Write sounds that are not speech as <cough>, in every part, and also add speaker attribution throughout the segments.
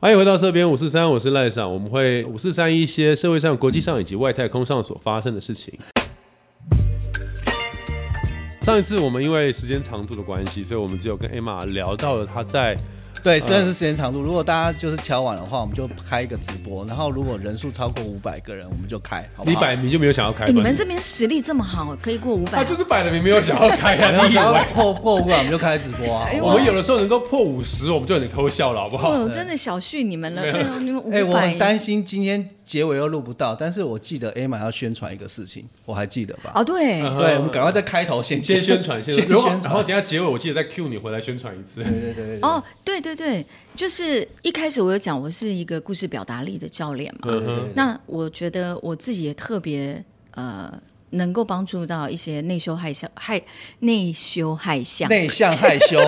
Speaker 1: 欢迎回到这边五四三，我是赖尚，我们会五四三一些社会上、国际上以及外太空上所发生的事情。上一次我们因为时间长度的关系，所以我们只有跟 Emma 聊到了她在
Speaker 2: <laughs>
Speaker 1: 嗯
Speaker 2: 对，虽然是时间长度，如果大家就是敲碗的话，我们就开一个直播，然后如果人数超过五百个人，我们就开，好不
Speaker 1: 你
Speaker 2: 好？
Speaker 1: 摆明就没有想要开
Speaker 3: 哎、
Speaker 1: 分，
Speaker 3: 你们这边实力这么好，可以过五
Speaker 1: 他
Speaker 3: 百
Speaker 1: 就，是摆了明没有想要开
Speaker 2: <laughs> 然
Speaker 1: 啊！
Speaker 2: 后
Speaker 1: 你
Speaker 2: 只
Speaker 1: 以
Speaker 2: 要
Speaker 1: 为
Speaker 2: 破破五百，我们就开直播
Speaker 3: 哎
Speaker 2: 啊。
Speaker 1: 我们有的时候能够破五十，我们就很偷笑了，好不好？
Speaker 3: 哦，真的小觑你们了，哎呦，你们五
Speaker 2: 哎、我很
Speaker 3: 百。
Speaker 2: 担心今天结尾又录不到，但是我记得 A 玛要宣传一个事情，我还记得吧？
Speaker 3: 哦，对，
Speaker 1: 嗯
Speaker 2: 对，我们赶快在开头先
Speaker 1: 先宣传，
Speaker 2: 先
Speaker 1: 先如果
Speaker 2: 宣
Speaker 1: 然后
Speaker 2: 传。
Speaker 1: 等一下结尾，我记得再 Q 你回来宣传一次。
Speaker 2: 对对对对对，
Speaker 3: 哦，对对对，就是一开始我有讲，我是一个故事表达力的教练嘛。
Speaker 1: 嗯哼，
Speaker 3: 那我觉得我自己也特别呃，能够帮助到一些内羞害相害内羞害相。
Speaker 2: 内向害
Speaker 1: <laughs>
Speaker 2: 羞，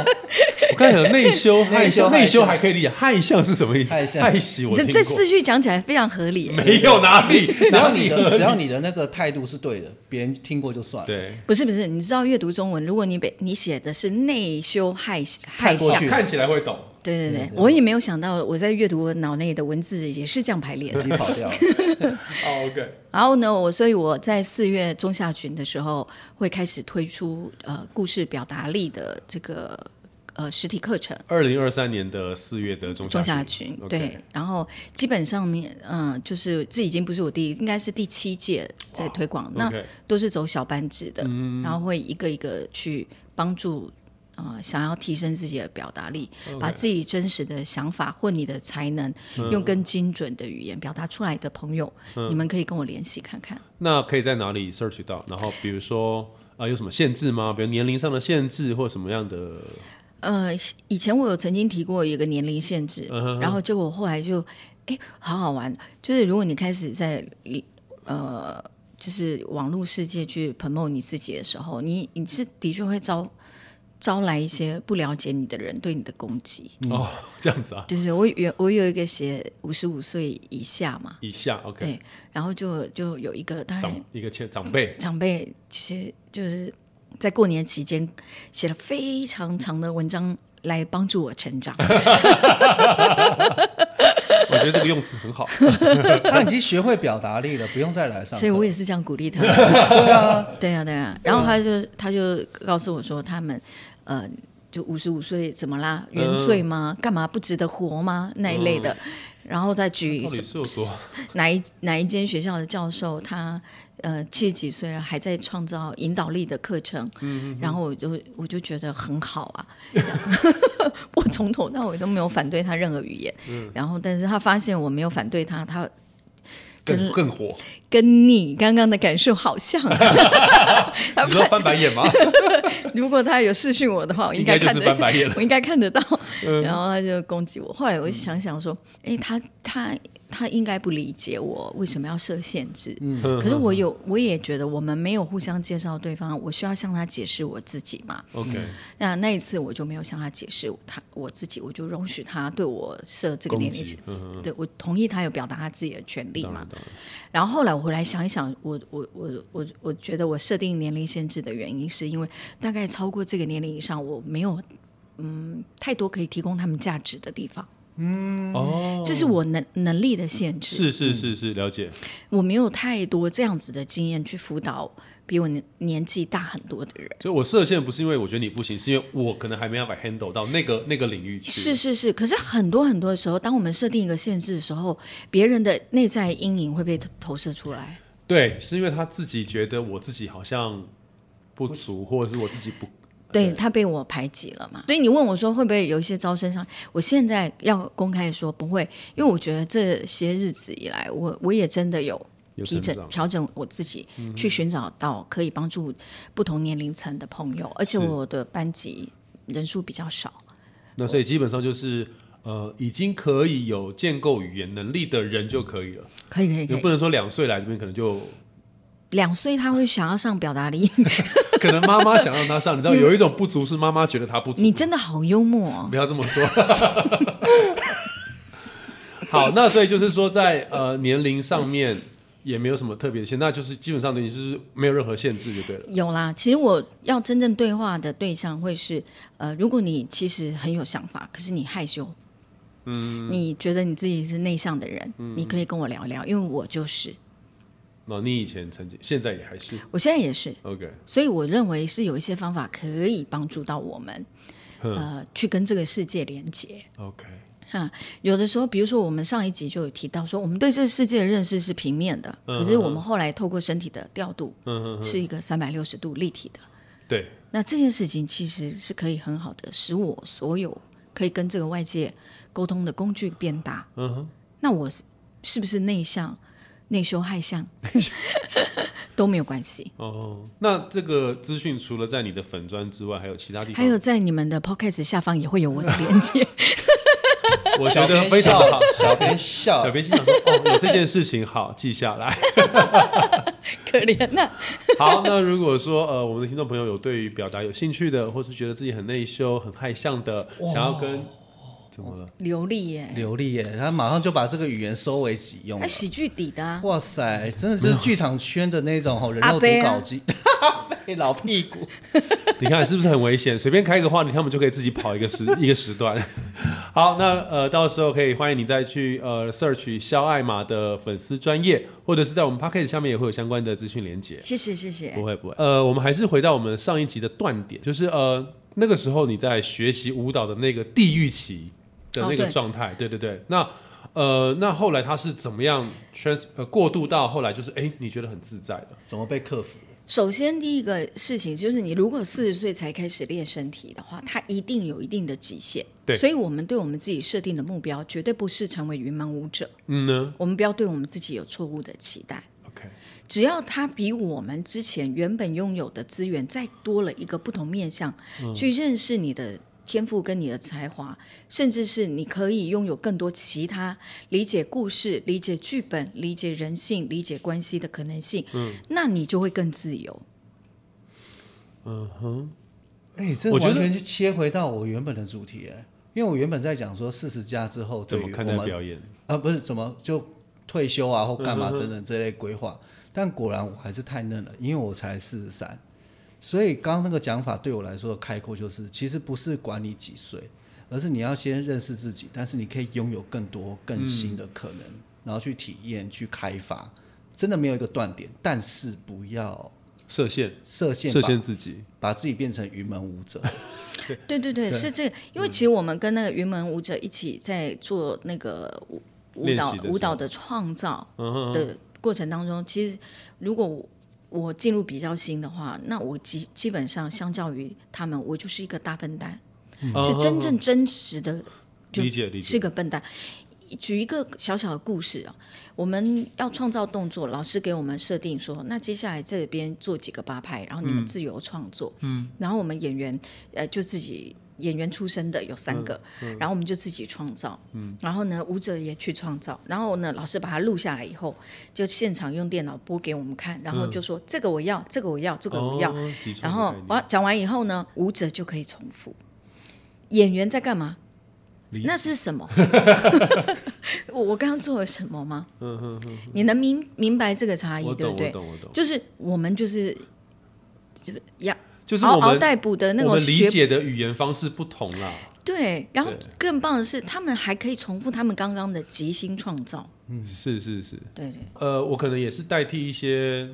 Speaker 1: 我看有内羞、害
Speaker 2: 内
Speaker 1: 羞、
Speaker 2: 羞
Speaker 1: 内羞还可以理解，害相是什么意思？
Speaker 2: 害相
Speaker 1: 害喜我
Speaker 3: 这
Speaker 1: 听
Speaker 3: 这
Speaker 1: 过
Speaker 3: 四。句讲起来非常合理、
Speaker 1: <laughs> 没有 <laughs> 哪里，
Speaker 2: 只要
Speaker 1: 哪
Speaker 2: 你
Speaker 1: 里
Speaker 2: 的只要你的那个态度是对的，别人听过就算了。
Speaker 1: 对，
Speaker 3: 不是不是，你知道阅读中文，如果你被你写的是内羞害害
Speaker 2: 看过
Speaker 3: 相
Speaker 2: 去，
Speaker 1: 看起来会懂。哦
Speaker 3: 对对对，我也没有想到我在阅读我脑内的文字也是这样排列的
Speaker 2: 自。己跑掉了。
Speaker 1: 哦 OK，
Speaker 3: 然后呢，我所以我在四月中下旬的时候会开始推出呃故事表达力的这个呃实体课程，
Speaker 1: 二零二三年的四月的中
Speaker 3: 中下
Speaker 1: 旬
Speaker 3: 旬
Speaker 1: OK
Speaker 3: 对，然后基本上面嗯、呃就是这已经不是我第一，应该是第七届在推广，那
Speaker 1: OK
Speaker 3: 都是走小班制的，然后会一个一个去帮助。呃，想要提升自己的表达力把自己真实的想法或你的才能，用更精准的语言表达出来的朋友，你们可以跟我联系看看。
Speaker 1: 那可以在哪里 search 到？然后比如说啊、呃有什么限制吗？比如年龄上的限制或什么样的？
Speaker 3: 呃，以前我有曾经提过一个年龄限制，
Speaker 1: 嗯
Speaker 3: 然后结果后来就，哎，好好玩。就是如果你开始在里呃，就是网络世界去 promote 你自己的时候，你你是的确会招招来一些不了解你的人对你的攻击。
Speaker 1: 哦，这样子啊，
Speaker 3: 就是我有我有一个写五十五岁以下嘛，
Speaker 1: 以下 OK，
Speaker 3: 对，哎然后就就有一个当然
Speaker 1: 长一个前长辈，
Speaker 3: 长辈写就是在过年期间写了非常长的文章来帮助我成长。
Speaker 1: 我觉得这个用词很好。
Speaker 2: 他已经学会表达力了，不用再来上课。
Speaker 3: 所以我也是这样
Speaker 1: <laughs>
Speaker 3: 鼓励他。
Speaker 2: 对啊，
Speaker 3: 对呀、对呀、然后他就他就告诉我说，他们呃，就五十五岁怎么啦？
Speaker 1: 嗯
Speaker 3: 原罪吗？干嘛不值得活吗？那一类的。然后再举
Speaker 1: 到底是有多？
Speaker 3: 哪一哪一间学校的教授，他呃七十几岁了，还在创造引导力的课程，
Speaker 1: 嗯
Speaker 3: 然后我就我就觉得很好啊， <laughs> 我从头到尾都没有反对他任何语言，
Speaker 1: 嗯
Speaker 3: 然后但是他发现我没有反对他，他
Speaker 1: 更更火？
Speaker 3: 跟你刚刚的感受
Speaker 1: <laughs>
Speaker 3: 好像，他
Speaker 1: 你说
Speaker 3: 发
Speaker 1: 翻白眼吗？
Speaker 3: 如果他有视讯我的话，我应该
Speaker 1: 应该
Speaker 3: 看
Speaker 1: 就是
Speaker 3: 得
Speaker 1: 翻白眼了
Speaker 3: <laughs>
Speaker 1: 嗯
Speaker 3: 我应该看得
Speaker 1: <laughs>
Speaker 3: 到。然后他就攻击我，后来我就想想说，哎、他他他应该不理解我为什么要设限制。
Speaker 1: 嗯
Speaker 3: 可是我有，我也觉得我们没有互相介绍对方，我需要向他解释我自己嘛。
Speaker 1: OK，
Speaker 3: 那那一次我就没有向他解释他我自己，我就容许他对我设这个年龄
Speaker 1: 攻击嗯
Speaker 3: 限制，对我同意他有表达他自己的权利
Speaker 1: 当
Speaker 3: 嘛
Speaker 1: 然。当然，
Speaker 3: 然后后来我回来想一想，我我我我我觉得我设定年龄限制的原因，是因为大概超过这个年龄以上，我没有嗯太多可以提供他们价值的地方，
Speaker 1: 哦，
Speaker 3: 这是我能能力的限制。
Speaker 1: 是是是是，了解。
Speaker 3: 我没有太多这样子的经验去辅导比我年年纪大很多的人。
Speaker 1: 所以我设限不是因为我觉得你不行，是因为我可能还没办法 handle 到那个那个领域去。
Speaker 3: 是是是，可是很多很多的时候，当我们设定一个限制的时候，别人的内在阴影会被投投射出来。
Speaker 1: 对，是因为他自己觉得我自己好像不足，或者是我自己不
Speaker 3: 对他被我排挤了嘛，所以你问我说会不会有一些招生上，我现在要公开说不会，因为我觉得这些日子以来，我我也真的有
Speaker 1: 有
Speaker 3: 提
Speaker 1: 成
Speaker 3: 整
Speaker 1: 长。嗯
Speaker 3: 调整我自己，去寻找到可以帮助不同年龄层的朋友，而且我的班级人数比较少，
Speaker 1: 那所以基本上就是呃，已经可以有建构语言能力的人就可以了，
Speaker 3: 可以可以
Speaker 1: 也不能说两岁来这边可能就
Speaker 3: 两岁他会想要上表达力， <laughs>
Speaker 1: 可能妈妈想让他上，你知道有一种不足是妈妈觉得他不足。
Speaker 3: 你真的好幽默、哦。
Speaker 1: 不要这么说。 <laughs> 好，那所以就是说在，呃年龄上面也没有什么特别的限，那就是基本上等于就是没有任何限制就对了。
Speaker 3: 有啦，其实我要真正对话的对象会是，呃，如果你其实很有想法，可是你害羞，嗯，你觉得你自己是内向的人，你可以跟我聊聊，因为我就是，
Speaker 1: 那哦你以前曾经，现在也还是
Speaker 3: 我现在也是，
Speaker 1: OK，
Speaker 3: 所以我认为是有一些方法可以帮助到我们，呃，去跟这个世界连接。
Speaker 1: OK，
Speaker 3: 哈，有的时候，比如说我们上一集就有提到说，我们对这个世界的认识是平面的，可是我们后来透过身体的调度，是一个三百六十度立体的。
Speaker 1: 对，
Speaker 3: 那这件事情其实是可以很好的使我所有可以跟这个外界沟通的工具变大。嗯哼，那我是是不是内向、内羞、害 <laughs> 向都没有关系。
Speaker 1: 哦，那这个资讯除了在你的粉砖之外，还有其他地方？
Speaker 3: 还有，在你们的 podcast 下方也会有我 <laughs> 的链接。
Speaker 1: 我觉得非常好。
Speaker 2: 小编笑
Speaker 1: 小，编心想说：“哦，有这件事情，好记下来。 <laughs>
Speaker 3: 可怜啊呐、”
Speaker 1: 好，那如果说呃，我们的听众朋友有对于表达有兴趣的，或是觉得自己很内羞、很害羞的，想要跟怎么了？
Speaker 3: 流利耶，
Speaker 2: 流利耶，他马上就把这个语言收为己用
Speaker 3: 那。喜剧底的、啊，
Speaker 2: 哇塞，真的就是剧场圈的那种吼人肉
Speaker 3: 阿伯
Speaker 2: 读
Speaker 3: 啊
Speaker 2: 稿机， <laughs> 老屁股。
Speaker 1: 你看是不是很危险？随 <laughs> 便开一个话题，他们就可以自己跑一个时一个时段。 <laughs> 好，那呃，到时候可以欢迎你再去呃 search 肖艾玛的粉丝专业，或者是在我们 p a c k a g e 下面也会有相关的资讯连接。
Speaker 3: 谢谢谢谢
Speaker 1: 不。会不会，呃，我们还是回到我们上一集的断点，就是呃那个时候你在学习舞蹈的那个地狱期的那
Speaker 3: 哦
Speaker 1: 个
Speaker 3: 对
Speaker 1: 状态，对对对。那呃，那后来他是怎么样 trans 呃过渡到后来就是哎、你觉得很自在的，
Speaker 2: 怎么被克服？
Speaker 3: 首先第一个事情就是，你如果四十岁才开始练身体的话，它一定有一定的极限。
Speaker 1: 对
Speaker 3: 所以我们对我们自己设定的目标，绝对不是成为云门舞者。
Speaker 1: 嗯呢
Speaker 3: 我们不要对我们自己有错误的期待。
Speaker 1: ，OK，
Speaker 3: 只要他比我们之前原本拥有的资源再多了一个不同面向，
Speaker 1: 嗯
Speaker 3: 去认识你的天赋跟你的才华，甚至是你可以拥有更多其他理解故事、理解剧本、理解人性、理解关系的可能性，
Speaker 1: 嗯
Speaker 3: 那你就会更自由。
Speaker 2: 哎、这
Speaker 1: 我觉得
Speaker 2: 完全就切回到我原本的主题哎，因为我原本在讲说四十加之后
Speaker 1: 怎
Speaker 2: 对于
Speaker 1: 么
Speaker 2: 我
Speaker 1: 看待
Speaker 2: 们
Speaker 1: 表演？
Speaker 2: 啊不是怎么就退休啊
Speaker 1: 嗯
Speaker 2: 或干嘛等等这类规划，但果然我还是太嫩了，因为我才四十三，所以刚刚那个讲法对我来说的开阔就是，其实不是管你几岁，而是你要先认识自己，但是你可以拥有更多更新
Speaker 1: 嗯
Speaker 2: 的可能，然后去体验去开发，真的没有一个断点，但是不要
Speaker 1: 射线，
Speaker 2: 设限
Speaker 1: 射
Speaker 2: 把
Speaker 1: 线自己，
Speaker 2: 把自己变成云门舞者。
Speaker 3: 对对对，是这个，
Speaker 1: 嗯
Speaker 3: 因为其实我们跟那个云门舞者一起在做那个舞舞
Speaker 1: 练习
Speaker 3: 蹈
Speaker 1: 的时候嗯
Speaker 3: 舞蹈的创造的过程当中，其实如果我我进入比较新的话，那我基基本上相较于他们，我就是一个大笨蛋，
Speaker 1: 嗯
Speaker 3: 是真正真实的就
Speaker 1: 理解理解
Speaker 3: 是个笨蛋。举一个小小的故事啊，我们要创造动作，老师给我们设定说，那接下来这边做几个八拍，然后你们自由创作，嗯，然后我们演员呃就自己演员出身的有三个，然后我们就自己创造，嗯，然后呢舞者也去创造，然后呢老师把它录下来以后，就现场用电脑播给我们看，然后就说、这个我要，这个我要，这个我要，
Speaker 1: 哦急促的
Speaker 3: 然后
Speaker 1: 概念
Speaker 3: 完讲完以后呢，舞者就可以重复。演员在干嘛？
Speaker 1: 理
Speaker 3: 那是什么？ <laughs> 我我刚刚做了什么吗？
Speaker 1: 嗯
Speaker 3: 你能明明白这个差异
Speaker 1: 我
Speaker 3: 对
Speaker 1: 懂
Speaker 3: 不
Speaker 1: 我
Speaker 3: 对？
Speaker 1: 懂我懂，
Speaker 3: 就是我们就是就是要
Speaker 1: 就是
Speaker 3: 嗷
Speaker 1: 我
Speaker 3: 嗷
Speaker 1: 们
Speaker 3: 待哺的那
Speaker 1: 我
Speaker 3: 种
Speaker 1: 们理
Speaker 3: 学
Speaker 1: 解的语言方式不同啦，
Speaker 3: 对，然后
Speaker 1: 对
Speaker 3: 更棒的是，他们还可以重复他们刚刚的即兴创造。
Speaker 1: 是是是，
Speaker 3: 对对，
Speaker 1: 呃，我可能也是代替一些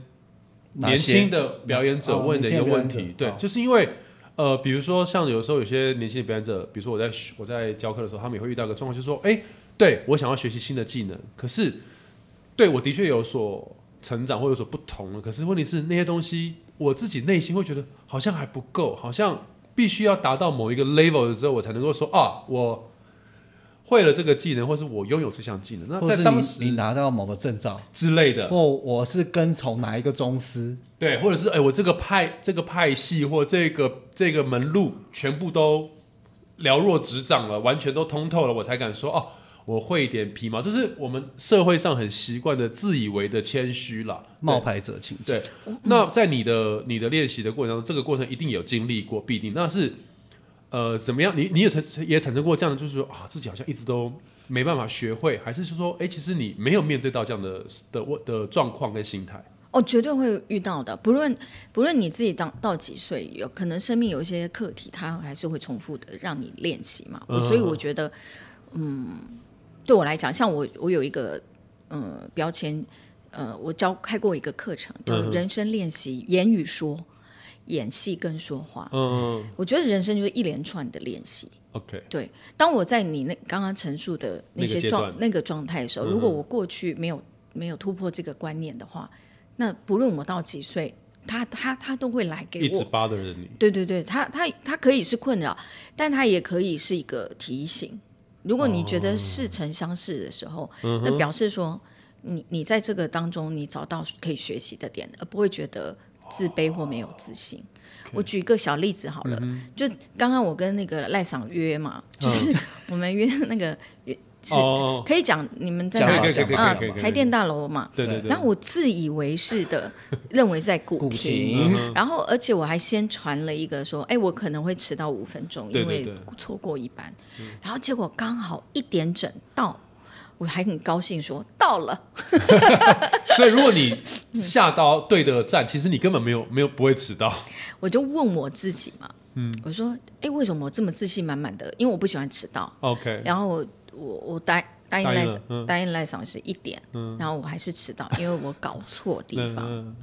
Speaker 2: 哪
Speaker 1: 年
Speaker 2: 些
Speaker 1: 轻的表演者
Speaker 2: 哦
Speaker 1: 问的一个问
Speaker 2: 年
Speaker 1: 题
Speaker 2: 轻的表演者，
Speaker 1: 对
Speaker 2: 哦，
Speaker 1: 就是因为呃，比如说像有时候有些年轻的表演者，比如说我在学我在教课的时候，他们也会遇到一个状况，就是说，哎、对我想要学习新的技能，可是对我的确有所成长或有所不同了，可是问题是那些东西，我自己内心会觉得好像还不够，好像必须要达到某一个 level 的时候，我才能够说啊，我。会了这个技能，或是我拥有这项技能，那
Speaker 2: 或
Speaker 1: 在
Speaker 2: 是
Speaker 1: 当
Speaker 2: 你
Speaker 1: 时
Speaker 2: 你
Speaker 1: 呃
Speaker 2: 拿到某个证照，
Speaker 1: 之类的，
Speaker 2: 或我是跟从哪一个宗师，
Speaker 1: 对，或者是哎、我这个派这个派系或这个这个门路全部都了若指掌了，完全都通透了，我才敢说哦，我会一点皮毛，这是我们社会上很习惯的自以为的谦虚啦。
Speaker 2: 冒牌者情节。
Speaker 1: 对，那在你的你的练习的过程当中，这个过程一定有经历过，必定那是呃怎么样？你你也产也产生过这样的，就是说啊，自己好像一直都没办法学会，还是说哎、其实你没有面对到这样的的的状况跟心态？
Speaker 3: 哦，绝对会遇到的。不论不论你自己到到几岁，有
Speaker 1: 嗯
Speaker 3: 可能生命有一些课题，它还是会重复的让你练习嘛。我所以我觉得，嗯对我来讲，像我我有一个嗯、呃标签，呃，我教开过一个课程叫
Speaker 1: 嗯哼
Speaker 3: 人生练习言语说、演戏跟说话。
Speaker 1: 嗯
Speaker 3: 我觉得人生就是一连串的练习。
Speaker 1: ，OK，
Speaker 3: 对，当我在你那刚刚陈述的
Speaker 1: 那
Speaker 3: 那
Speaker 1: 个
Speaker 3: 些
Speaker 1: 阶
Speaker 3: 状
Speaker 1: 段嗯
Speaker 3: 那个状态的时候，如果我过去没有没有突破这个观念的话，那不论我到几岁，他他他都会来
Speaker 1: 一
Speaker 3: 给
Speaker 1: 直
Speaker 3: 我。
Speaker 1: 扒着你，
Speaker 3: 对对对，他他他可以是困扰，但他也可以是一个提醒。如果你觉得似曾相识的时候，那表示说你你在这个当中你找到可以学习的点，而不会觉得自卑或没有自信。我举一个小例子好了，就刚刚我跟那个赖赏约嘛，就是 <laughs> 我们约那个约是、
Speaker 1: 哦，
Speaker 3: 可以讲你们在
Speaker 2: 讲
Speaker 3: 哪
Speaker 2: 好
Speaker 3: 里
Speaker 2: 讲好
Speaker 3: 啊
Speaker 2: 讲好？
Speaker 3: 台电大楼嘛，
Speaker 1: 对对对，
Speaker 3: 然后我自以为是的
Speaker 1: <laughs>
Speaker 3: 认为在古
Speaker 2: 古
Speaker 1: 嗯
Speaker 3: 亭，
Speaker 2: 亭
Speaker 3: 然后而且我还先传了一个说，哎，我可能会迟到五分钟，
Speaker 1: 对
Speaker 3: 因
Speaker 1: 对
Speaker 3: 为
Speaker 1: 对嗯
Speaker 3: 错过一班，然后结果刚好一点整到，我还很高兴说到了，
Speaker 1: 所以如果
Speaker 3: <laughs>
Speaker 1: 你
Speaker 3: 嗯
Speaker 1: 下到对的站，其实你根本没有没有不会迟到，
Speaker 3: 我就问我自己嘛，嗯，我说，哎，为什么我这么自信满满的？因为我不喜欢迟到，
Speaker 1: OK，
Speaker 3: 然后我我我答答应
Speaker 1: 答应
Speaker 3: 赖
Speaker 1: 了
Speaker 3: 赏
Speaker 1: 嗯
Speaker 3: 答应赖赏是一点，然后我还是迟到，因为我搞错
Speaker 1: <laughs>
Speaker 3: 地
Speaker 1: 嗯
Speaker 3: 方。
Speaker 1: 嗯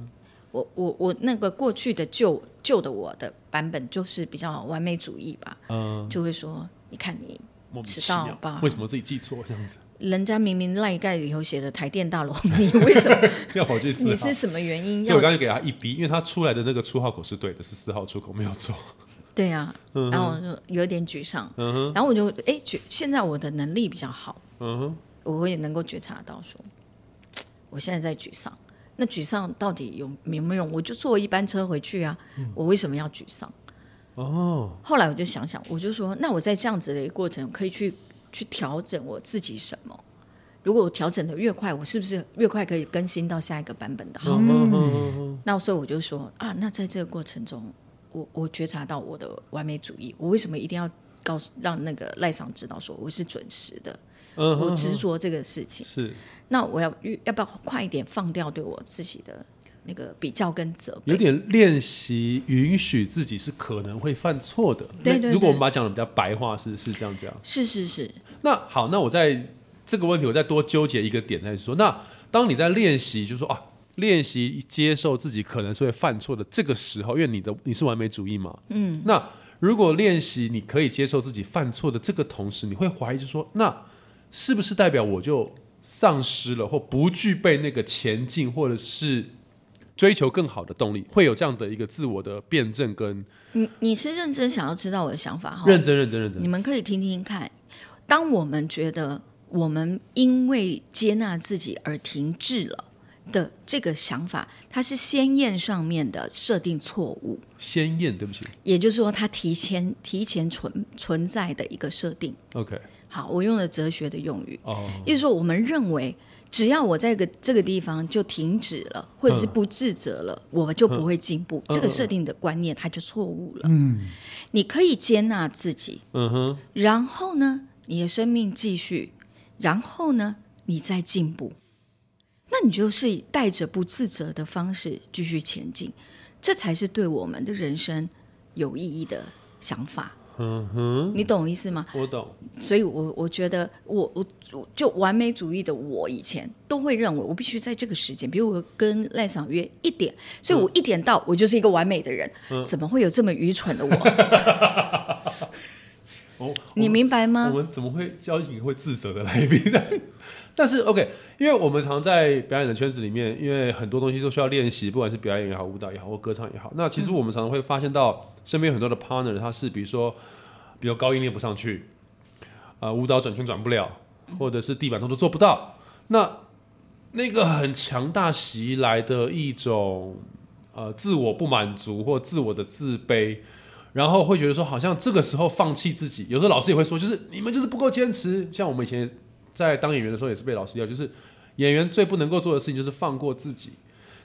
Speaker 3: 我我我那个过去的旧旧的我的版本就是比较完美主义吧，
Speaker 1: 嗯，
Speaker 3: 就会说，你看你
Speaker 1: 莫名
Speaker 3: 迟
Speaker 1: 其
Speaker 3: 到
Speaker 1: 妙
Speaker 3: 吧
Speaker 1: 为什么自己记错这样子？
Speaker 3: 人家明明赖盖里头写的台电大楼， <laughs> 你为什么
Speaker 1: 要跑去四
Speaker 3: 你
Speaker 1: 号
Speaker 3: 是，什么原因
Speaker 1: 啊所以我
Speaker 3: 要
Speaker 1: 刚才给他一逼，因为他出来的那个出号口是对的，是四号出口没有
Speaker 3: <laughs>
Speaker 1: 错。
Speaker 3: 对呀、
Speaker 1: 嗯
Speaker 3: 然后我就有点沮丧，然后我就哎觉现在我的能力比较好，
Speaker 1: 嗯哼，
Speaker 3: 我也能够觉察到说，我现在在沮丧。那沮丧到底有有没有用？我就坐一班车回去啊，
Speaker 1: 嗯
Speaker 3: 我为什么要沮丧？哦，后来我就想想，我就说，那我在这样子的一个过程，可以去去调整我自己什么？如果我调整的越快，我是不是越快可以更新到下一个版本的好？
Speaker 1: 嗯
Speaker 3: 那所以我就说啊，那在这个过程中，我我觉察到我的完美主义，我为什么一定要告诉让那个赖上知道说我是准时的？
Speaker 1: 嗯
Speaker 3: 我
Speaker 1: 哼，
Speaker 3: 执着这个事情，
Speaker 1: 是
Speaker 3: 那我要要不要快一点放掉对我自己的那个比较跟责备？
Speaker 1: 有点练习允许自己是可能会犯错的。
Speaker 3: 对
Speaker 1: 那
Speaker 3: 对
Speaker 1: 如果
Speaker 3: 对
Speaker 1: 我们把它讲的比较白话，是是这样讲。
Speaker 3: 是是是，
Speaker 1: 那好，那我在这个问题，我再多纠结一个点再说。那当你在练习，就说啊，练习接受自己可能是会犯错的这个时候，因为你的你是完美主义嘛，嗯，那如果练习你可以接受自己犯错的这个同时，你会怀疑就说，那是不是代表我就丧失了或不具备那个前进或者是追求更好的动力？会有这样的一个自我的辩证跟
Speaker 3: 你你是认真想要知道我的想法哈？
Speaker 1: 认真、认真、认真
Speaker 3: 你。们可以听听看，当我们觉得我们因为接纳自己而停滞了。的这个想法，它是鲜艳上面的设定错误，
Speaker 1: 鲜艳，对不起
Speaker 3: 也就是说，它提前提前存存在的一个设定。
Speaker 1: ，OK，
Speaker 3: 好，我用了哲学的用语，
Speaker 1: 哦，
Speaker 3: 意思说，我们认为只要我在一个这个地方就停止了，或者是不自责了，我们就不会进步。这个设定的观念它就错误了。嗯，你可以接纳自己，
Speaker 1: 嗯哼，
Speaker 3: 然后呢，你的生命继续，然后呢，你再进步。那你就是带着不自责的方式继续前进，这才是对我们的人生有意义的想法。嗯哼，你懂我意思吗？
Speaker 1: 我懂。
Speaker 3: 所以我我觉得我我我就完美主义的我以前都会认为我必须在这个时间，比如我跟赖赏约一点，所以我一点到我就是一个完美的人，
Speaker 1: 嗯
Speaker 3: 怎么会有这么愚蠢的我？
Speaker 1: 哦，
Speaker 3: 你明白
Speaker 1: <laughs> 我
Speaker 3: 吗？
Speaker 1: 们怎么会邀请一个会自责的来宾？ <laughs> 但是 OK，因为我们常在表演的圈子里面，因为很多东西都需要练习，不管是表演也好、舞蹈也好或歌唱也好。那其实我们常常会发现到身边有很多的 partner，他是比如说，比如高音练不上去，呃，舞蹈转圈转不了，或者是地板动作做不到。那那个很强大袭来的一种呃自我不满足或自我的自卑，然后会觉得说，好像这个时候放弃自己。有时候老师也会说，就是你们就是不够坚持。像我们以前在当演员的时候，也是被老师要，就是演员最不能够做的事情就是放过自己。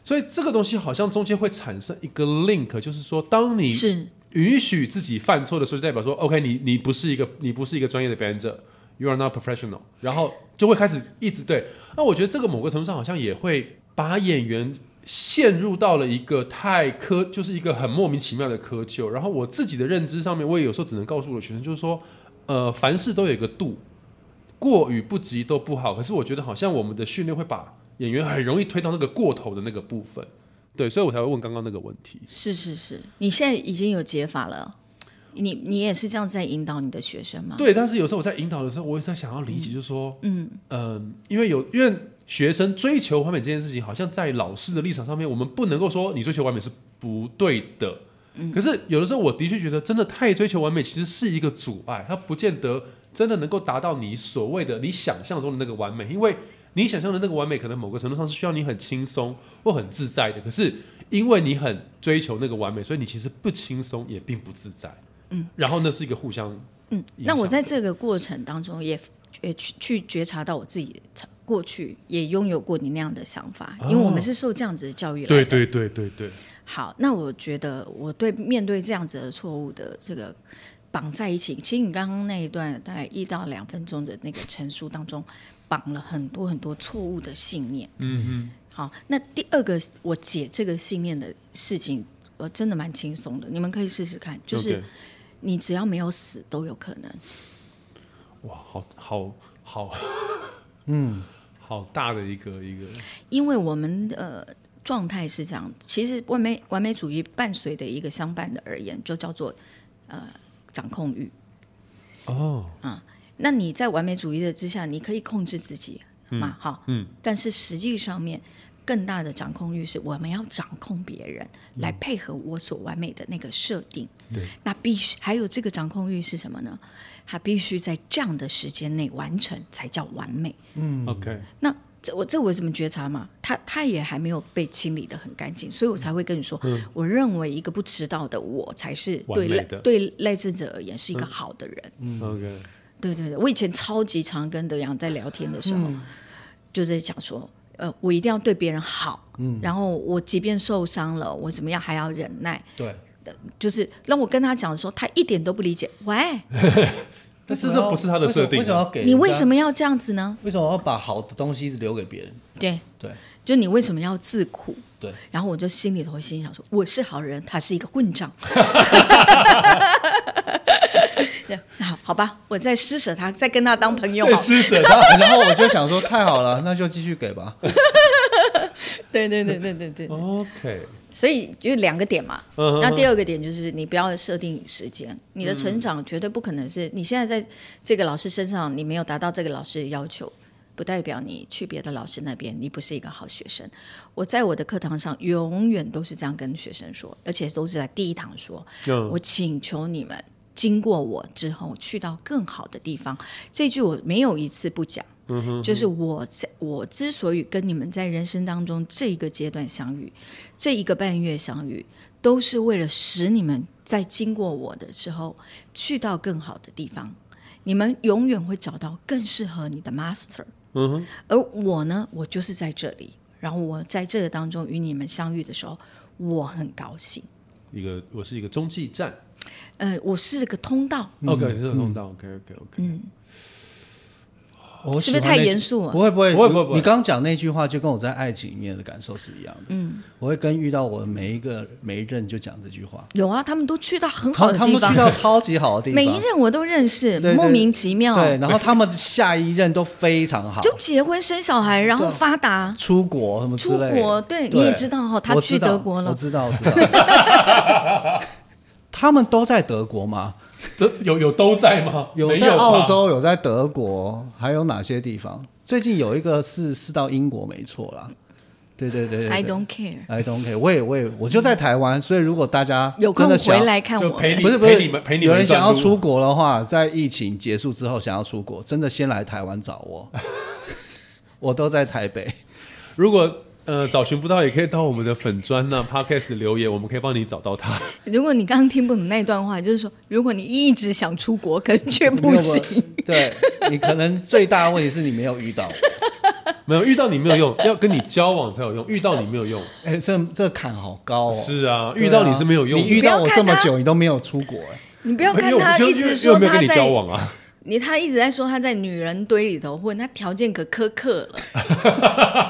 Speaker 1: 所以这个东西好像中间会产生一个 link，就是说，当你
Speaker 3: 是
Speaker 1: 允许自己犯错的时候，就代表说，OK，你你不是一个你不是一个专业的表演者，you are not professional，然后就会开始一直对。那我觉得这个某个程度上好像也会把演员陷入到了一个太苛，就是一个很莫名其妙的苛求。然后我自己的认知上面，我也有时候只能告诉我的学生，就是说，呃，凡事都有一个度。过与不及都不好，可是我觉得好像我们的训练会把演员很容易推到那个过头的那个部分，对，所以我才会问刚刚那个问题。
Speaker 3: 是是是，你现在已经有解法了，你你也是这样在引导你的学生吗？
Speaker 1: 对，但是有时候我在引导的时候，我也在想要理解，就是说，嗯嗯、因为有因为学生追求完美这件事情，好像在老师的立场上面，我们不能够说你追求完美是不对的。可是有的时候，我的确觉得真的太追求完美，其实是一个阻碍，它不见得真的能够达到你所谓的你想象中的那个完美，因为你想象的那个完美，可能某个程度上是需要你很轻松或很自在的。可是因为你很追求那个完美，所以你其实不轻松，也并不自在。嗯，然后那是一个互相
Speaker 3: 嗯，
Speaker 1: 影
Speaker 3: 那我
Speaker 1: 响
Speaker 3: 在这个过程当中也也去去觉察到我自己曾过去也拥有过你那样的想法，因为我们是受这样子的教育来的。
Speaker 1: 哦对对对对对，
Speaker 3: 好，那我觉得我对面对这样子的错误的这个绑在一起，其实你刚刚那一段大概一到两分钟的那个陈述当中，绑了很多很多错误的信念。嗯嗯。好，那第二个我解这个信念的事情，我真的蛮轻松的，你们可以试试看，就是
Speaker 1: OK
Speaker 3: 你只要没有死都有可能。
Speaker 1: 哇，好好好，嗯， <laughs> 好大的一个一个，
Speaker 3: 因为我们呃状态是这样，其实完美完美主义伴随的一个相伴的而言，就叫做呃掌控欲。啊
Speaker 1: 哦，
Speaker 3: 那你在完美主义的之下，你可以控制自己嘛？好，嗯，但是实际上面更大的掌控欲是我们要掌控别人，来配合我所完美的那个设定。
Speaker 1: 对，
Speaker 3: 那必须还有这个掌控欲是什么呢？它必须在这样的时间内完成才叫完美。
Speaker 1: 嗯，OK，
Speaker 3: 那这我这我怎么觉察嘛？他他也还没有被清理的很干净，所以我才会跟你说，我认为一个不迟到的我才是对
Speaker 1: 嗯完美
Speaker 3: 赖
Speaker 1: 的
Speaker 3: 对赖政者而言是一个好的人。
Speaker 1: 嗯，OK，
Speaker 3: 对对对，我以前超级常跟德阳在聊天的时候，
Speaker 1: 嗯
Speaker 3: 就在讲说，呃，我一定要对别人好，
Speaker 1: 嗯
Speaker 3: 然后我即便受伤了，我怎么样还要忍耐，
Speaker 2: 对，
Speaker 3: 就是让我跟他讲的时候，他一点都不理解，喂，
Speaker 1: 但是这不是他的设定啊
Speaker 2: 为什么要给人家
Speaker 3: 你为什么要这样子呢？
Speaker 2: 为什么要把好的东西一直留给别人？
Speaker 3: 对，
Speaker 2: 对
Speaker 3: 就你为什么要自苦？
Speaker 2: 对，
Speaker 3: 然后我就心里头心想说，我是好人，他是一个混账。 <laughs> 对好好吧，我再施舍他，再跟他当朋友好了。
Speaker 2: 施舍他。然后我就想说，太好了，那就继续给吧。
Speaker 3: 对对对对对对。
Speaker 1: OK，
Speaker 3: 所以就两个点嘛。
Speaker 1: 嗯哼
Speaker 3: 那第二个点就是你不要设定时间，你的成长绝对不可能是、你现在在这个老师身上，你没有达到这个老师的要求，不代表你去别的老师那边你不是一个好学生。我在我的课堂上永远都是这样跟学生说，而且都是在第一堂说，
Speaker 1: 嗯
Speaker 3: 我请求你们经过我之后去到更好的地方。这句我没有一次不讲。
Speaker 1: 嗯
Speaker 3: 就是我在我之所以跟你们在人生当中这一个阶段相遇，这一个半月相遇，都是为了使你们在经过我的时候去到更好的地方。你们永远会找到更适合你的 master。
Speaker 1: 嗯哼。
Speaker 3: 而我呢，我就是在这里，然后我在这个当中与你们相遇的时候，我很高兴。
Speaker 1: 一个我是一个中继站、
Speaker 3: 呃，我是个通道，
Speaker 1: o k 是通道，OK OK OK，、
Speaker 2: <laughs> 我
Speaker 3: 是
Speaker 2: 喜
Speaker 3: 不是
Speaker 2: 欢那
Speaker 3: 太
Speaker 2: 句
Speaker 3: 严肃啊
Speaker 2: 不
Speaker 3: 了？
Speaker 2: 会不会
Speaker 1: 不会不会不会
Speaker 2: 你刚刚讲那句话就跟我在爱情里面的感受是一样的。嗯，我会跟遇到我的每一个每一任就讲这句话，
Speaker 3: 有啊，他们都去到很好
Speaker 2: 他
Speaker 3: 的
Speaker 2: 他
Speaker 3: 地
Speaker 2: 们
Speaker 3: 方
Speaker 2: 去，到超级好的地方，
Speaker 3: 每一任我都认识，
Speaker 2: 对对
Speaker 3: 莫名其妙。
Speaker 2: 对，然后他们下一任都非常好，
Speaker 3: 就结婚生小孩，然后
Speaker 2: 对
Speaker 3: 发达。
Speaker 2: 出国什么之类的。
Speaker 3: 出国对你也知道哈他
Speaker 2: 我
Speaker 3: 去
Speaker 2: 知道
Speaker 3: 德国了
Speaker 2: 我知道，我知道。
Speaker 1: <laughs>
Speaker 2: 他们都在德国吗？
Speaker 1: 这有有都在吗？
Speaker 2: 有
Speaker 1: 没
Speaker 2: 在
Speaker 1: 吧
Speaker 2: 澳，洲，有在德国，还有哪些地方？最近有一个是是到英国，没错啦。对对对对
Speaker 3: I
Speaker 2: 对
Speaker 3: don't care，
Speaker 2: I don't care，我也我也我就在台湾，所以如果大家
Speaker 3: 有空
Speaker 2: 真的想
Speaker 3: 回，来看
Speaker 1: 就
Speaker 3: 我
Speaker 1: 陪
Speaker 3: 们。
Speaker 1: 你
Speaker 2: 不是不是
Speaker 1: 陪你们陪你们
Speaker 2: 有人想要
Speaker 1: 一段路
Speaker 2: 出国的话，在疫情结束之后想要出国，真的先来台湾找
Speaker 1: <laughs>
Speaker 2: 我，我都在台北。
Speaker 1: 如果呃找寻不到，也可以到我们的粉砖呐、Podcast 留言，我们可以帮你找到他。
Speaker 3: 如果你刚刚听不懂那段话，就是说，如果你一直想出国，可能却不
Speaker 2: 没有
Speaker 3: 行。
Speaker 2: <laughs> 对你可能最大的问题是你没有遇 <laughs> 到我，
Speaker 1: 没有遇到你没有用，要跟你交往才有用，遇到你没有用。
Speaker 2: 哎、这这坎好高哦。
Speaker 1: 是啊，
Speaker 2: 对啊
Speaker 1: 遇到你是没有用的。
Speaker 2: 你遇到我这
Speaker 3: 不要
Speaker 2: 么
Speaker 3: 看他
Speaker 2: 久，你都没有出国、哎
Speaker 3: 你不要
Speaker 1: 因为
Speaker 3: 看
Speaker 1: 我
Speaker 3: 他
Speaker 1: 就
Speaker 3: 一
Speaker 1: 因为
Speaker 3: 直
Speaker 1: 因
Speaker 3: 说
Speaker 1: 为没有
Speaker 3: 他
Speaker 1: 跟你交
Speaker 3: 在
Speaker 1: 往啊，
Speaker 3: 你，他一直在说他在女人堆里头混，他条件可苛刻了。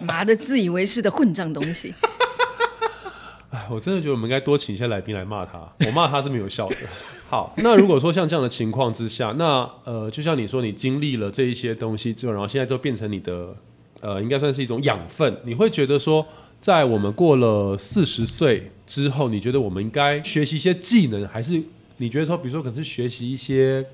Speaker 3: 妈的，自以为是的混账东西！
Speaker 1: <laughs> 哎，我真的觉得我们应该多请一些来宾来骂他，我骂他是没有效的。 <laughs> 好，那如果说像这样的情况之下，那呃，就像你说，你经历了这一些东西之后，然后现在都变成你的呃，应该算是一种养分。你会觉得说，在我们过了四十岁之后，你觉得我们应该学习一些技能，还是你觉得说，比如说可能是学习一些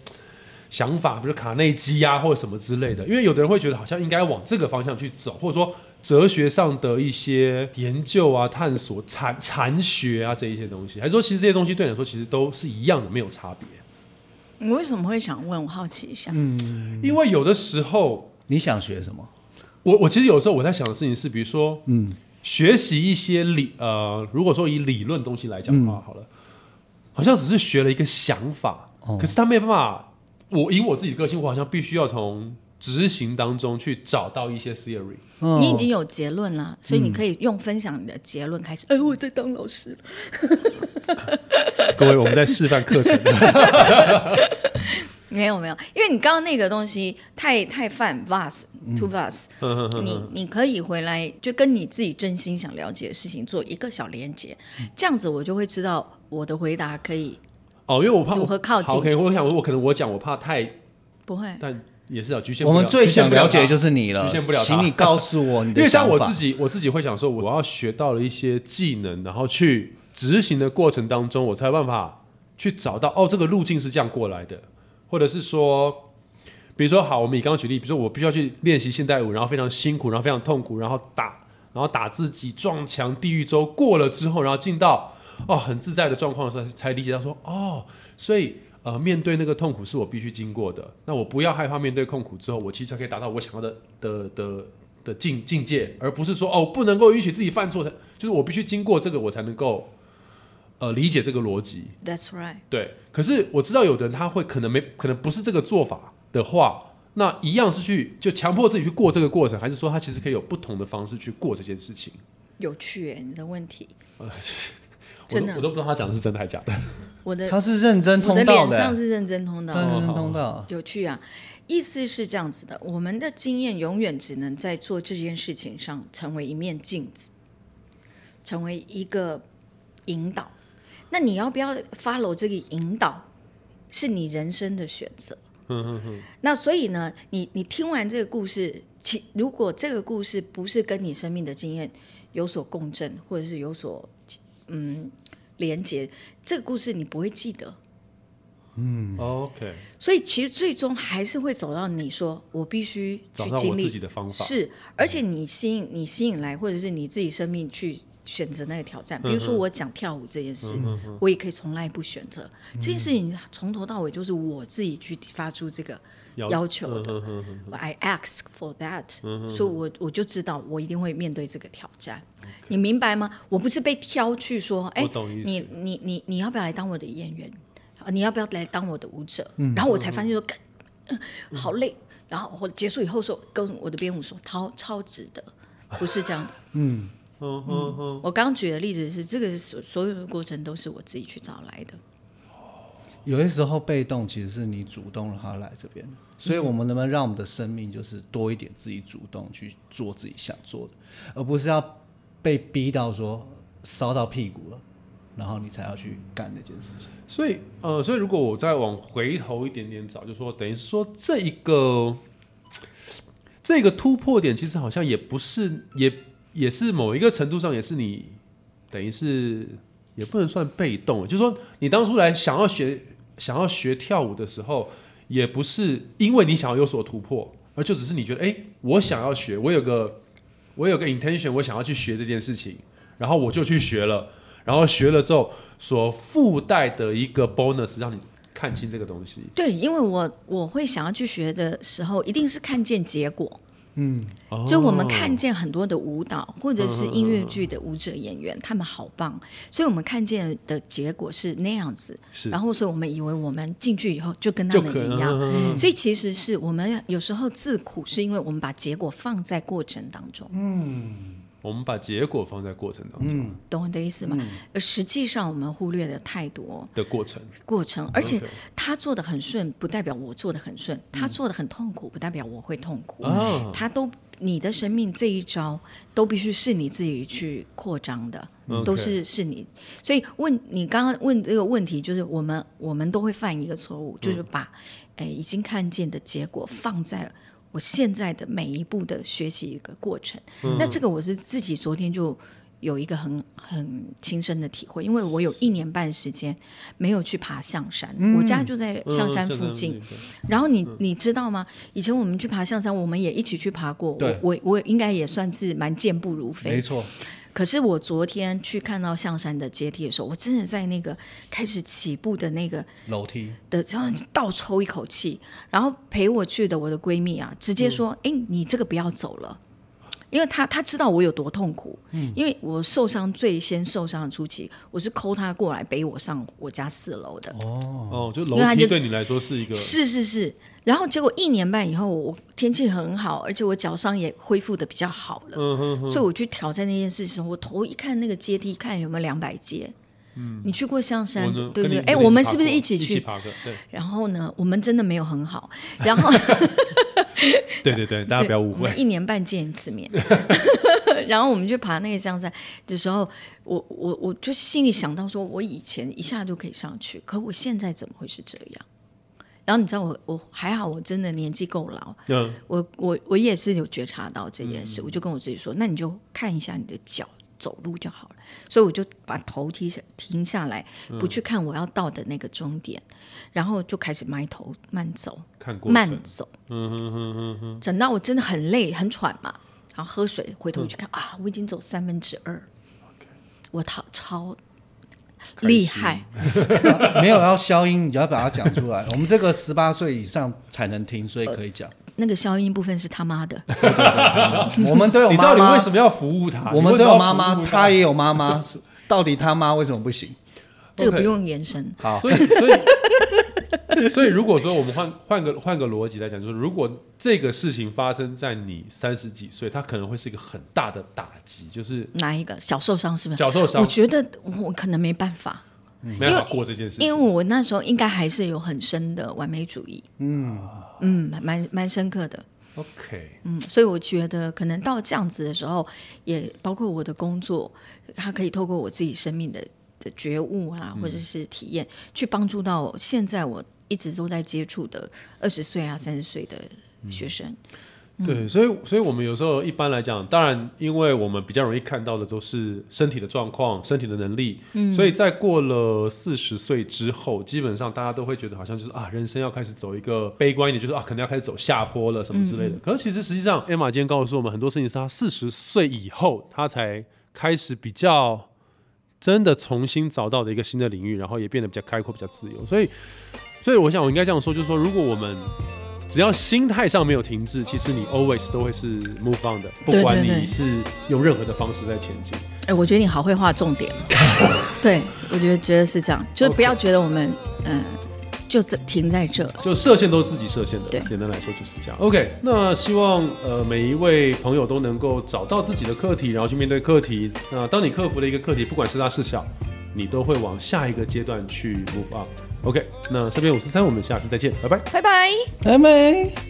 Speaker 1: 想法，比如卡内基啊，或者什么之类的？因为有的人会觉得好像应该往这个方向去走，或者说哲学上的一些研究啊、探索、禅禅学啊这一些东西，还是说其实这些东西对你来说其实都是一样的，没有差别？
Speaker 3: 你为什么会想问？我好奇一下。
Speaker 1: 嗯因为有的时候
Speaker 2: 你想学什么？
Speaker 1: 我我其实有时候我在想的事情是，比如说，嗯，学习一些理呃，如果说以理论东西来讲的话，好了，好像只是学了一个想法，可是他没有办法。我以我自己的个性，我好像必须要从执行当中去找到一些 theory。
Speaker 2: 嗯
Speaker 3: 你已经有结论了，
Speaker 1: 嗯
Speaker 3: 所以你可以用分享你的结论开始。哎，我在当老师，
Speaker 1: <laughs> 各位，我们在示范课程，
Speaker 3: 没有没有，因为你刚刚那个东西太太泛 vast
Speaker 2: 嗯
Speaker 3: too vast，、你你可以回来就跟你自己真心想了解的事情做一个小连接，
Speaker 2: 嗯
Speaker 3: 这样子我就会知道我的回答可以
Speaker 1: <laughs> 哦，因为我怕
Speaker 3: 如何靠近
Speaker 1: 好 OK，我想我可能我讲我怕太，
Speaker 3: 不会。
Speaker 1: 但也是啊，局限不
Speaker 2: 我
Speaker 1: 了。。
Speaker 2: 们最想了解的就是是你了，
Speaker 1: 局限不了他
Speaker 2: 请你告诉我你
Speaker 1: <laughs> 因
Speaker 2: 的
Speaker 1: 为
Speaker 2: 想
Speaker 1: 像
Speaker 2: 法。
Speaker 1: 我自己，我自己会想说，我要学到了一些技能，然后去执行的过程当中，我才有办法去找到哦，这个路径是这样过来的，或者是说，比如说好，我们以刚刚举例，比如说我必须要去练习现代舞，然后非常辛苦，然后非常痛苦，然后打，然后打自己，撞墙，地狱周过了之后，然后进到哦很自在的状况的时候，才理解到说哦，所以。呃，面对那个痛苦是我必须经过的，那我不要害怕面对痛苦之后，我其实才可以达到我想要的的的的境境界，而不是说哦不能够允许自己犯错，就是我必须经过这个我才能够呃理解这个逻辑。
Speaker 3: That's right。
Speaker 1: 对，可是我知道有的人他会可能没可能不是这个做法的话，那一样是去就强迫自己去过这个过程，还是说他其实可以有不同的方式去过这件事情？
Speaker 3: 有趣耶，你的问题，
Speaker 1: 我
Speaker 3: 真
Speaker 1: 都
Speaker 3: 的
Speaker 1: 我，都不知道他讲的是真的还是假的。
Speaker 3: 我的
Speaker 2: 他是认真
Speaker 3: 我
Speaker 2: 通
Speaker 3: 的
Speaker 2: 道
Speaker 3: 脸
Speaker 2: 的
Speaker 3: 上
Speaker 2: 欸，
Speaker 3: 是认真通道
Speaker 2: 他
Speaker 3: 的，
Speaker 2: 是认真通
Speaker 1: 哦
Speaker 2: 道。
Speaker 3: 有趣啊。意思是这样子的，我们的经验永远只能在做这件事情上成为一面镜子，成为一个引导。那你要不要 follow 这个引导，是你人生的选择。那所以呢，你你听完这个故事，其如果这个故事不是跟你生命的经验有所共振，或者是有所嗯连接，这个故事你不会记得。嗯
Speaker 1: OK，
Speaker 3: 所以其实最终还是会走到你说我必须
Speaker 1: 找
Speaker 3: 去
Speaker 1: 到
Speaker 3: 经
Speaker 1: 我自
Speaker 3: 历
Speaker 1: 己，的方法。
Speaker 3: 是，而且你吸引你吸引来，或者是你自己生命去选择那个挑
Speaker 1: 嗯
Speaker 3: 战。比如说我讲跳舞这件事，我也可以从来不选择这件事情，从头到尾就是我自己去发出这个
Speaker 1: 要嗯
Speaker 3: 要求的。I ask for that，所以我我就知道我一定会面对这个挑战。你明白吗？我不是被挑去说，哎
Speaker 1: 我，懂意思
Speaker 3: 你你你你要不要来当我的演员？啊你要不要来当我的舞者？
Speaker 1: 嗯
Speaker 3: 然后我才发现说，干、呃好累。然后我结束以后说，跟我的编舞说，超超值得，不是这样
Speaker 1: <laughs>
Speaker 3: 子。嗯嗯嗯，我刚刚举的例子是，这个是所所有的过程都是我自己去找来的。
Speaker 2: 有些时候被动其实是你主动让他来这边，所以我们能不能让我们的生命就是多一点自己主动去做自己想做的，而不是要被逼到说烧到屁股了，然后你才要去干那件事情。
Speaker 1: 所以，呃，所以如果我再往回头一点点找，就说等于是说这一个这个突破点，其实好像也不是，也也是某一个程度上也是你等于是也不能算被动，就是说你当初来想要学想要学跳舞的时候，也不是因为你想要有所突破，而就只是你觉得，哎、我想要学，我有个我有个 intention，我想要去学这件事情，然后我就去学了。然后学了之后所附带的一个 bonus，让你看清这个东西。
Speaker 3: 对，因为我我会想要去学的时候，一定是看见结果。
Speaker 1: 哦
Speaker 3: 就我们看见很多的舞蹈或者是音乐剧的舞者演员，他们好棒，所以我们看见的结果是那样子。
Speaker 1: 是
Speaker 3: 然后，所以我们以为我们进去以后就跟他
Speaker 1: 就
Speaker 3: 们
Speaker 1: 可嗯
Speaker 3: 一样，所以其实是我们有时候自苦，是因为我们把结果放在过程当中。嗯，
Speaker 1: <laughs> 我们把结果放在过程当中
Speaker 2: 嗯，
Speaker 3: 懂我的意思吗？呃实际上我们忽略了太多
Speaker 1: 的过程，
Speaker 3: 过程，而且
Speaker 1: OK
Speaker 3: 他做的很顺，不代表我做的很顺；他做的很痛苦，不代表我会痛苦。
Speaker 1: 啊
Speaker 3: 他都，你的生命这一招都必须是你自己去扩张的，
Speaker 1: OK
Speaker 3: 都是是你。所以问你刚刚问这个问题，就是我们我们都会犯一个错误，就是把诶、已经看见的结果放在。我现在的每一步的学习一个过程，
Speaker 2: 嗯
Speaker 3: 那这个我是自己昨天就有一个很很亲身的体会，因为我有一年半时间没有去爬象山，
Speaker 2: 嗯
Speaker 3: 我家就在象山
Speaker 1: 嗯
Speaker 3: 附近，，然后你你知道吗？以前我们去爬象山，我们也一起去爬过。我
Speaker 2: 对
Speaker 3: 我我应该也算是蛮健步如
Speaker 2: 没
Speaker 3: 飞。
Speaker 2: 错，
Speaker 3: 可是我昨天去看到象山的阶梯的时候，我真的在那个开始起步的那个
Speaker 2: 楼梯
Speaker 3: 的，然后倒抽一口气。然后陪我去的我的闺蜜啊，直接
Speaker 1: 嗯
Speaker 3: 说：“哎、你这个不要走了。”因为她她知道我有多痛苦，
Speaker 1: 嗯
Speaker 3: 因为我受伤最先受伤的初期，我是抠她过来背我上我家四楼的。
Speaker 1: 哦，就楼
Speaker 3: 因为它
Speaker 1: 梯
Speaker 3: 就
Speaker 1: 对你来说是一个
Speaker 3: 是是是，然后结果一年半以后，我天气很好，而且我脚伤也恢复的比较好了，
Speaker 1: 嗯
Speaker 3: 所以我去挑战那件事情的时候，我头一看那个阶梯，看有没有两百阶。你去过象山
Speaker 1: 嗯我能
Speaker 3: 对不
Speaker 1: 跟你
Speaker 3: 对？哎，
Speaker 1: 跟你
Speaker 3: 我们
Speaker 1: 爬
Speaker 3: 是不是
Speaker 1: 过
Speaker 3: 一起
Speaker 1: 一起
Speaker 3: 去？
Speaker 1: 爬个？对
Speaker 3: 然后呢，我们真的没有
Speaker 1: <laughs>
Speaker 3: 很好，然后
Speaker 1: 对对对，大家不要误
Speaker 3: <laughs> 我
Speaker 1: 会
Speaker 3: 们，一年半见一
Speaker 1: <laughs>
Speaker 3: 次面。然后我们去爬那个象山的时候，我我我就心里想到说，我以前一下就可以上去，可我现在怎么会是这样？然后你知道我我还好，我真的年纪够老，
Speaker 1: 嗯，
Speaker 3: 我我我也是有觉察到这件事，我就跟我自己说，那你就看一下你的脚走路就好了。所以我就把头停下停下来，
Speaker 1: 嗯
Speaker 3: 不去看我要到的那个终点，然后就开始埋头慢走，
Speaker 1: 看过程
Speaker 3: 慢走。嗯哼哼哼等到我真的很累很喘嘛，然后喝水，回头去看、啊，我已经走三分之二，我超超
Speaker 1: 开心
Speaker 3: 厉害。
Speaker 2: 没有要消音，你要把它讲出
Speaker 1: <laughs>
Speaker 2: 来。我们这个十八岁以上才能听，所以可以讲。
Speaker 3: 那个消音部分是他妈 <laughs> 的，
Speaker 2: 我们都有
Speaker 1: 你
Speaker 2: 妈
Speaker 1: 到底
Speaker 2: 妈
Speaker 1: 为，什么要服务他？
Speaker 2: 我们
Speaker 1: 你为什
Speaker 2: 都
Speaker 1: 么要
Speaker 2: 有妈
Speaker 1: 服
Speaker 2: 妈，
Speaker 1: 务
Speaker 2: 她也有妈妈，到底他妈为什么不行？
Speaker 3: 这个不
Speaker 1: OK
Speaker 3: 用延伸。
Speaker 2: 好，
Speaker 1: 所以，所以，所以， <laughs> 如果说我们换换个换个逻辑来讲，就是如果这个事情发生在你三十几岁，它可能会是一个很大的打击，就是
Speaker 3: 哪一个小受伤是不是？
Speaker 1: 脚受
Speaker 3: 我
Speaker 1: 伤，
Speaker 3: 觉得我可能没办法。
Speaker 1: 没办法过这件事
Speaker 3: 因为
Speaker 1: 情。
Speaker 3: 我那时候应该还是有很深的完美主义，嗯嗯，蛮蛮深刻的，
Speaker 1: OK，
Speaker 3: 嗯，所以我觉得可能到这样子的时候，也包括我的工作，它可以透过我自己生命的的觉悟啊，或者是体验，去帮助到现在我一直都在接触的二十岁啊、三十岁的学生，
Speaker 1: 对，所以，所以我们有时候一般来讲，当然，因为我们比较容易看到的都是身体的状况、身体的能力，所以在过了四十岁之后，基本上大家都会觉得好像就是啊，人生要开始走一个悲观一点，就是啊，可能要开始走下坡了什么之类的。可是其实实际上，艾玛今天告诉我们很多事情是她四十岁以后，她才开始比较真的重新找到的一个新的领域，然后也变得比较开阔、比较自由。所以，所以我想我应该这样说，就是说，如果我们只要心态上没有停滞，其实你 always 都会是 move on 的，不
Speaker 3: 对
Speaker 1: 管
Speaker 3: 对对
Speaker 1: 你是用任何的方式在前进。
Speaker 3: 哎、我觉得你好会画重点，哦 <laughs> 对我觉得觉得是这样，就是不要觉得我们嗯、就这停在这了。
Speaker 1: <laughs> 就射线都是自己射线的，
Speaker 3: 对
Speaker 1: 简单来说就是这样。OK，那希望呃每一位朋友都能够找到自己的课题，然后去面对课题。那当你克服了一个课题，不管是大是小，你都会往下一个阶段去 move on。OK，那这边五四三，我们下次再见，拜拜。
Speaker 3: 拜拜。
Speaker 2: 妹妹。